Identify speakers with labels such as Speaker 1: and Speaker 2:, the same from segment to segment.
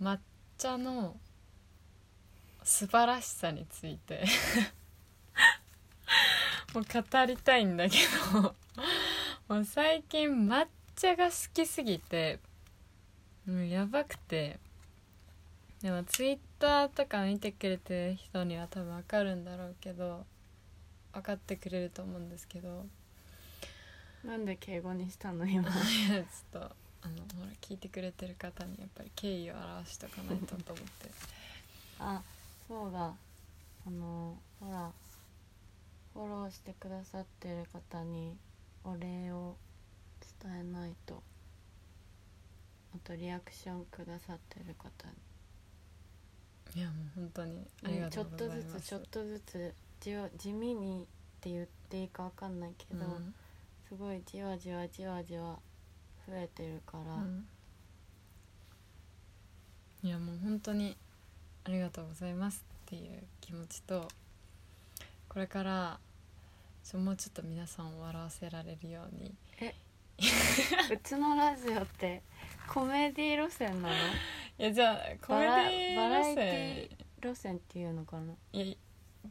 Speaker 1: 抹茶の素晴らしさについて もう語りたいんだけどもう最近抹茶が好きすぎてもうやばくてでもツイッターとか見てくれてる人には多分分かるんだろうけど分かってくれると思うんですけど
Speaker 2: なんで敬語にしたの今
Speaker 1: ちょっとあのほら聞いてくれてる方にやっぱり敬意を表しとかないとと思って
Speaker 2: あそうだあのほらフォローしてくださってる方にお礼を伝えないとあとリアクションくださってる方に
Speaker 1: いやもう本当にありが
Speaker 2: ち
Speaker 1: と
Speaker 2: ょ
Speaker 1: う
Speaker 2: っ
Speaker 1: ござ
Speaker 2: と
Speaker 1: います、
Speaker 2: ずつちょっとずつじわ地味にって言っていいかわかんないけど、
Speaker 1: うん
Speaker 2: すごいじわじわじわじわ増えてるから、
Speaker 1: いやもう本当にありがとうございますっていう気持ちとこれからちょもうちょっと皆さんを笑わせられるように
Speaker 2: うちのラジオってコメディ路線なの
Speaker 1: いやじゃあコメディ
Speaker 2: バラ
Speaker 1: 路
Speaker 2: バラエ
Speaker 1: 線
Speaker 2: 路線っていうのかない
Speaker 1: や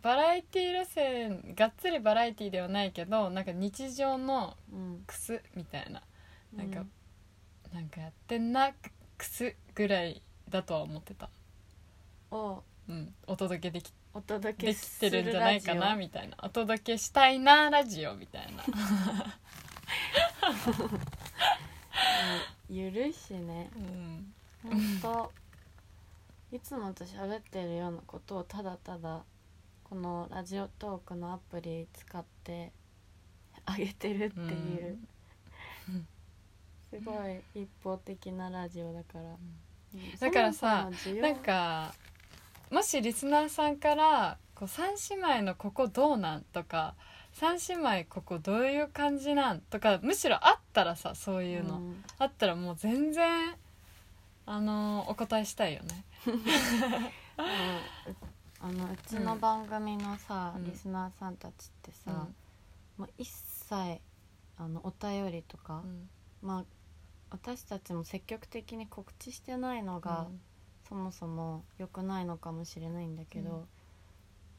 Speaker 1: バラエティ路線がっつりバラエティではないけどなんか日常の
Speaker 2: うん
Speaker 1: クスみたいななんか
Speaker 2: う
Speaker 1: なんかやってんなクスぐらいだとは思ってた、
Speaker 2: を
Speaker 1: うん、お届けでき
Speaker 2: お届け
Speaker 1: できてるんじゃないかなみたいなお届けしたいなラジオみたい な
Speaker 2: ゆるいしね
Speaker 1: うん
Speaker 2: ほんといつもと喋ってるようなことをただただこのラジオトークのアプリ使ってあげてるって
Speaker 1: うん
Speaker 2: いう、すごい一方的なラジオだから、
Speaker 1: だからさ
Speaker 2: そもそも需要
Speaker 1: なんかもしリスナーさんからこう三姉妹のここどうなんとか三姉妹ここどういう感じなんとかむしろあったらさそういうの、
Speaker 2: ん
Speaker 1: あったらもう全然あのお答えしたいよね
Speaker 2: あのうあのうちの番組のさ、
Speaker 1: うん
Speaker 2: リスナーさんたちってさ、もう一切あのお便りとか、
Speaker 1: うん
Speaker 2: まあ私たちも積極的に告知してないのが、
Speaker 1: うん
Speaker 2: そもそも良くないのかもしれないんだけど、
Speaker 1: うん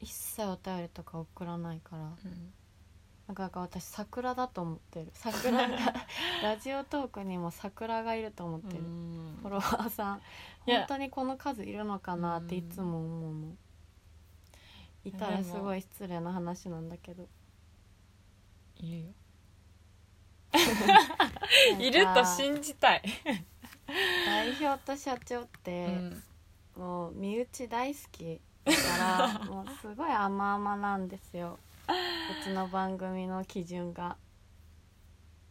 Speaker 2: 一切お便りとか送らないから
Speaker 1: うん
Speaker 2: なんかなんか私桜だと思ってる 桜がラジオトークにも桜がいると思って
Speaker 1: う
Speaker 2: る、
Speaker 1: ん
Speaker 2: フォロワーさん
Speaker 1: いや
Speaker 2: 本当にこの数いるのかなっていつも思うもんいたらすごい失礼な話なんだけど
Speaker 1: いるよ いると信じたい、
Speaker 2: 代表と社長って、
Speaker 1: うん
Speaker 2: もう身内大好きだからもうすごい甘々なんですようちの番組の基準が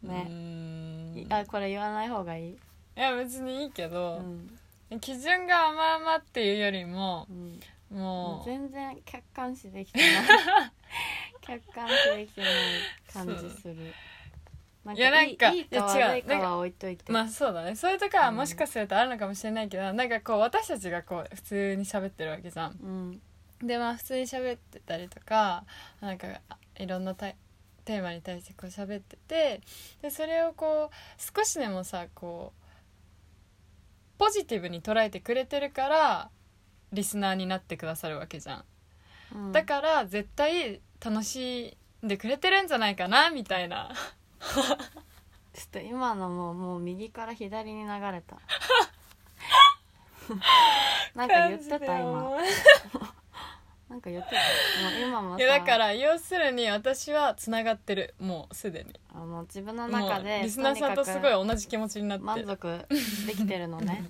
Speaker 1: う
Speaker 2: ね、
Speaker 1: ん
Speaker 2: いあこれ言わない方がいい、
Speaker 1: いや別にいいけ
Speaker 2: う
Speaker 1: ど、
Speaker 2: ん
Speaker 1: 基準が甘々っていうよりも
Speaker 2: うん、も
Speaker 1: もう
Speaker 2: う全然客観視できてない 客観視できてない感じするなん
Speaker 1: いやなんか
Speaker 2: いいいいか
Speaker 1: いや違う
Speaker 2: 悪いか
Speaker 1: なん
Speaker 2: は置いといて
Speaker 1: まあそうだねそういうとこは
Speaker 2: うん
Speaker 1: もしかするとあるのかもしれないけど、なんかこう私たちがこう普通に喋ってるわけじゃん。
Speaker 2: うん
Speaker 1: でまあ普通に喋ってたりとかなんかあいろんなたいテーマに対してこう喋っててでそれをこう少しでもさこうポジティブに捉えてくれてるからリスナーになってくださるわけじゃん。
Speaker 2: うん
Speaker 1: だから絶対楽しんでくれてるんじゃないかなみたいな
Speaker 2: ちょっと今のももう右から左に流れ たなんか言
Speaker 1: 感
Speaker 2: っ
Speaker 1: じ
Speaker 2: て
Speaker 1: で
Speaker 2: た今
Speaker 1: 思う
Speaker 2: なんか言ってたもう今も
Speaker 1: い
Speaker 2: さ
Speaker 1: やだから要するに私はつながってるもうすでに
Speaker 2: あの自分の
Speaker 1: も
Speaker 2: 中
Speaker 1: う
Speaker 2: で
Speaker 1: リスナーさんとすごい
Speaker 2: にか
Speaker 1: 同じ気持ちになっ
Speaker 2: く
Speaker 1: て
Speaker 2: 満
Speaker 1: な
Speaker 2: 足できてるの ね、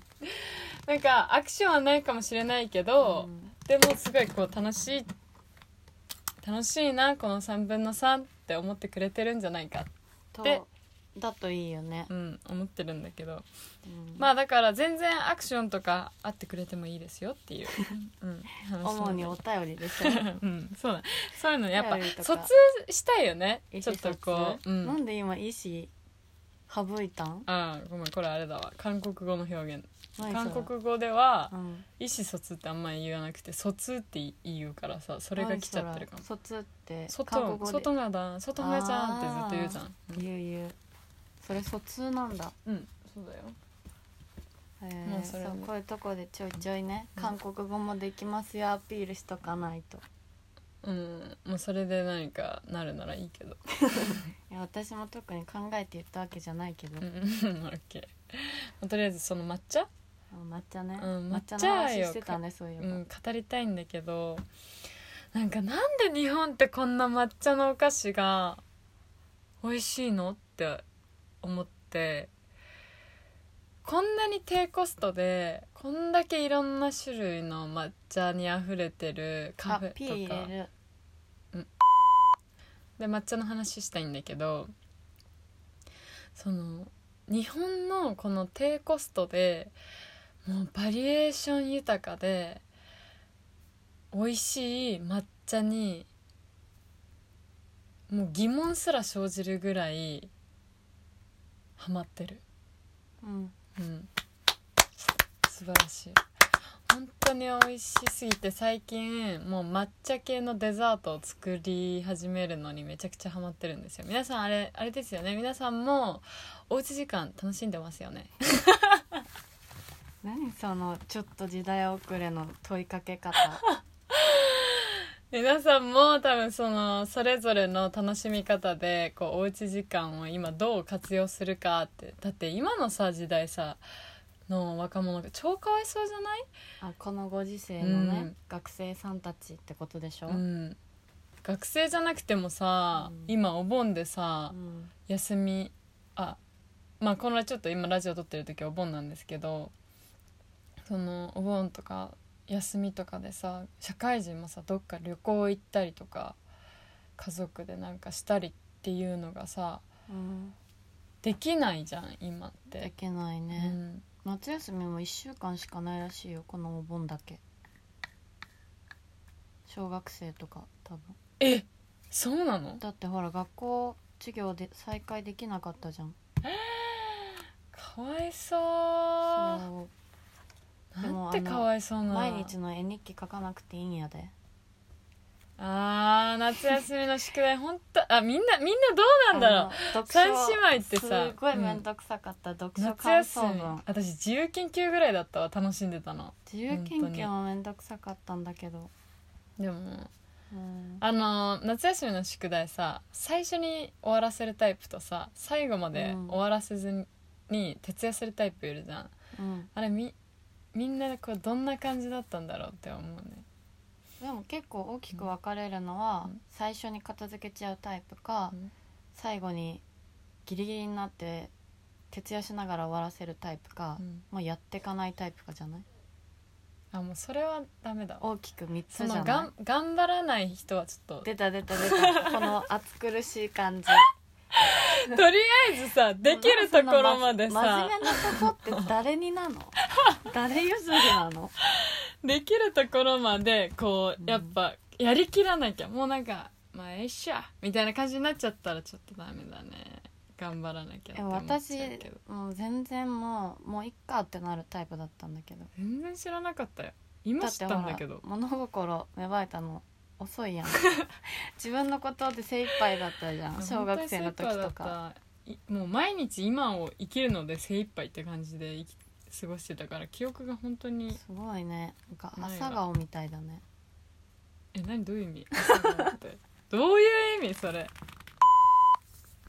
Speaker 1: んかアクションはないかもしれないけど、
Speaker 2: うん
Speaker 1: でもすごいこう楽しい楽しいなこの3分の3って思ってくれてるんじゃないか
Speaker 2: と
Speaker 1: で
Speaker 2: だといいよね
Speaker 1: う、ん思ってるんだけど
Speaker 2: うん
Speaker 1: まあだから全然アクションとかあってくれてもいいですよっていう、うん、話なんだけど
Speaker 2: 主にお便りでしょ
Speaker 1: うん、そうだそういうのやっ
Speaker 2: お便り
Speaker 1: ぱ
Speaker 2: と
Speaker 1: 疎
Speaker 2: か
Speaker 1: 通したいよね
Speaker 2: 意
Speaker 1: ちょ
Speaker 2: 思
Speaker 1: っ
Speaker 2: 疎
Speaker 1: と
Speaker 2: 通
Speaker 1: こう、うん、
Speaker 2: なんで今意思省いたん
Speaker 1: あーごめんこれあれだわ韓国語の表現
Speaker 2: 何そ
Speaker 1: 韓
Speaker 2: れ
Speaker 1: 国語では
Speaker 2: うん
Speaker 1: 意思疎通ってあんまり言わなくて疎通って言うからさそれが来ちゃってるかも
Speaker 2: 何それ疎通って韓
Speaker 1: 外
Speaker 2: 国語で
Speaker 1: 外がだ外がじゃんってずっと言うじゃん
Speaker 2: 言う言うそれ疎通なんだ
Speaker 1: うん、そうだよ
Speaker 2: へえー
Speaker 1: もうそれで
Speaker 2: そうこういうとこでちょいちょいね
Speaker 1: うん
Speaker 2: 韓国語もできますよアピールしとかないと
Speaker 1: うんもうそれで何かなるならいいけど
Speaker 2: いや私も特に考えて言ったわけじゃないけど、
Speaker 1: うん OK まあとりあえずその抹茶、
Speaker 2: あの抹茶ね、
Speaker 1: うん
Speaker 2: 抹茶
Speaker 1: 抹
Speaker 2: の
Speaker 1: 茶よ
Speaker 2: 話してたねそういうえば、
Speaker 1: ん、語りたいんだけどなんかなんで日本ってこんな抹茶のお菓子が美味しいのって思ってこんなに低コストでこんだけいろんな種類の抹茶にあふれてるカ
Speaker 2: あ
Speaker 1: フェとか
Speaker 2: ピー入れる
Speaker 1: で抹茶の話したいんだけどその日本のこの低コストでもうバリエーション豊かで美味しい抹茶にもう疑問すら生じるぐらいハマってる、
Speaker 2: うん
Speaker 1: うん、素晴らしい本当に美味しすぎて最近もう抹茶系のデザートを作り始めるのにめちゃくちゃハマってるんですよ皆さんあれあれですよね皆さんもおうち時間楽しんでますよね
Speaker 2: 何そのちょっと時代遅れの問いか け方
Speaker 1: 皆さんも多分そのそれぞれの楽しみ方でこうおうち時間を今どう活用するかってだって今のさ時代さの若者が超かわいそうじゃない
Speaker 2: あこのご時世の
Speaker 1: う
Speaker 2: ね、
Speaker 1: ん
Speaker 2: 学生さんたちってことでしょ、
Speaker 1: うん、学生じゃなくてもさ、
Speaker 2: うん
Speaker 1: 今お盆でさ、
Speaker 2: うん
Speaker 1: 休みあまあこのちょっと今ラジオ撮ってる時はお盆なんですけどそのお盆とか休みとかでさ社会人もさどっか旅行行ったりとか家族でなんかしたりっていうのがさ
Speaker 2: うん
Speaker 1: できないじゃん今っ
Speaker 2: で
Speaker 1: て、
Speaker 2: きないうね、
Speaker 1: ん、
Speaker 2: 夏休みも1週間しかないらしいよこのお盆だけ小学生とか多分
Speaker 1: えそうなの
Speaker 2: だってほら学校授業で再開できなかったじゃん
Speaker 1: かわいそう
Speaker 2: そうでも
Speaker 1: なんてかわいそうな
Speaker 2: 毎日の絵日記書かなくていいんやで
Speaker 1: あー夏休みの宿題本当あみんなみんなどうなんだろう
Speaker 2: あの
Speaker 1: 三
Speaker 2: 読書
Speaker 1: 姉妹ってさ
Speaker 2: すごい面倒くさかった、読書
Speaker 1: 夏
Speaker 2: 感
Speaker 1: 休
Speaker 2: 想
Speaker 1: み
Speaker 2: 文
Speaker 1: 私自由研究ぐらいだったわ楽しんでたの
Speaker 2: 自由研究も面倒くさかったんだけど、
Speaker 1: でも
Speaker 2: うん、
Speaker 1: あのー夏休みの宿題さ最初に終わらせるタイプとさ最後まで
Speaker 2: うん
Speaker 1: 終わらせずに徹夜するタイプいるじゃん
Speaker 2: うん
Speaker 1: あれみみんなこうどんな感じだったんだろうって思うね
Speaker 2: でも結構大きく分かれるのは、
Speaker 1: うん
Speaker 2: 最初に片付けちゃうタイプか、
Speaker 1: うん
Speaker 2: 最後にギリギリになって徹夜しながら終わらせるタイプか、
Speaker 1: うん
Speaker 2: もうやってかないタイプかじゃない
Speaker 1: あもうそれはダメだわ
Speaker 2: 大きく3
Speaker 1: そ
Speaker 2: つじ
Speaker 1: の
Speaker 2: ゃ
Speaker 1: が
Speaker 2: なん
Speaker 1: 頑張らない人はちょっ
Speaker 2: い
Speaker 1: と
Speaker 2: 出た出た出たこの暑苦しい感じ
Speaker 1: とりあえずさ できるところま で
Speaker 2: そん
Speaker 1: さ
Speaker 2: な真面目なとこって誰 になの誰譲りなの
Speaker 1: できるところまでこ
Speaker 2: うん
Speaker 1: うやっぱやりきらなきゃもうなんかまあえいっしゃみたいな感じになっちゃったらちょっとダメだね頑張らなきゃって
Speaker 2: え
Speaker 1: 思っ
Speaker 2: 私
Speaker 1: ちゃうけど
Speaker 2: もう全然もうもういっかってなるタイプだったんだけど
Speaker 1: 全然知らなかったよ今知ったんだけど
Speaker 2: 物心芽生えたの 遅いやん自分のことで精一杯だったじゃん小学生の時
Speaker 1: 本当にスーパー
Speaker 2: とか
Speaker 1: だったいもう毎日今を生きるので精一杯って感じで生き過ごしてたから記憶が本当に
Speaker 2: すごいねなんか
Speaker 1: ないわ
Speaker 2: 朝顔みたいだね
Speaker 1: え何どういう意味朝顔ってどういう意味それ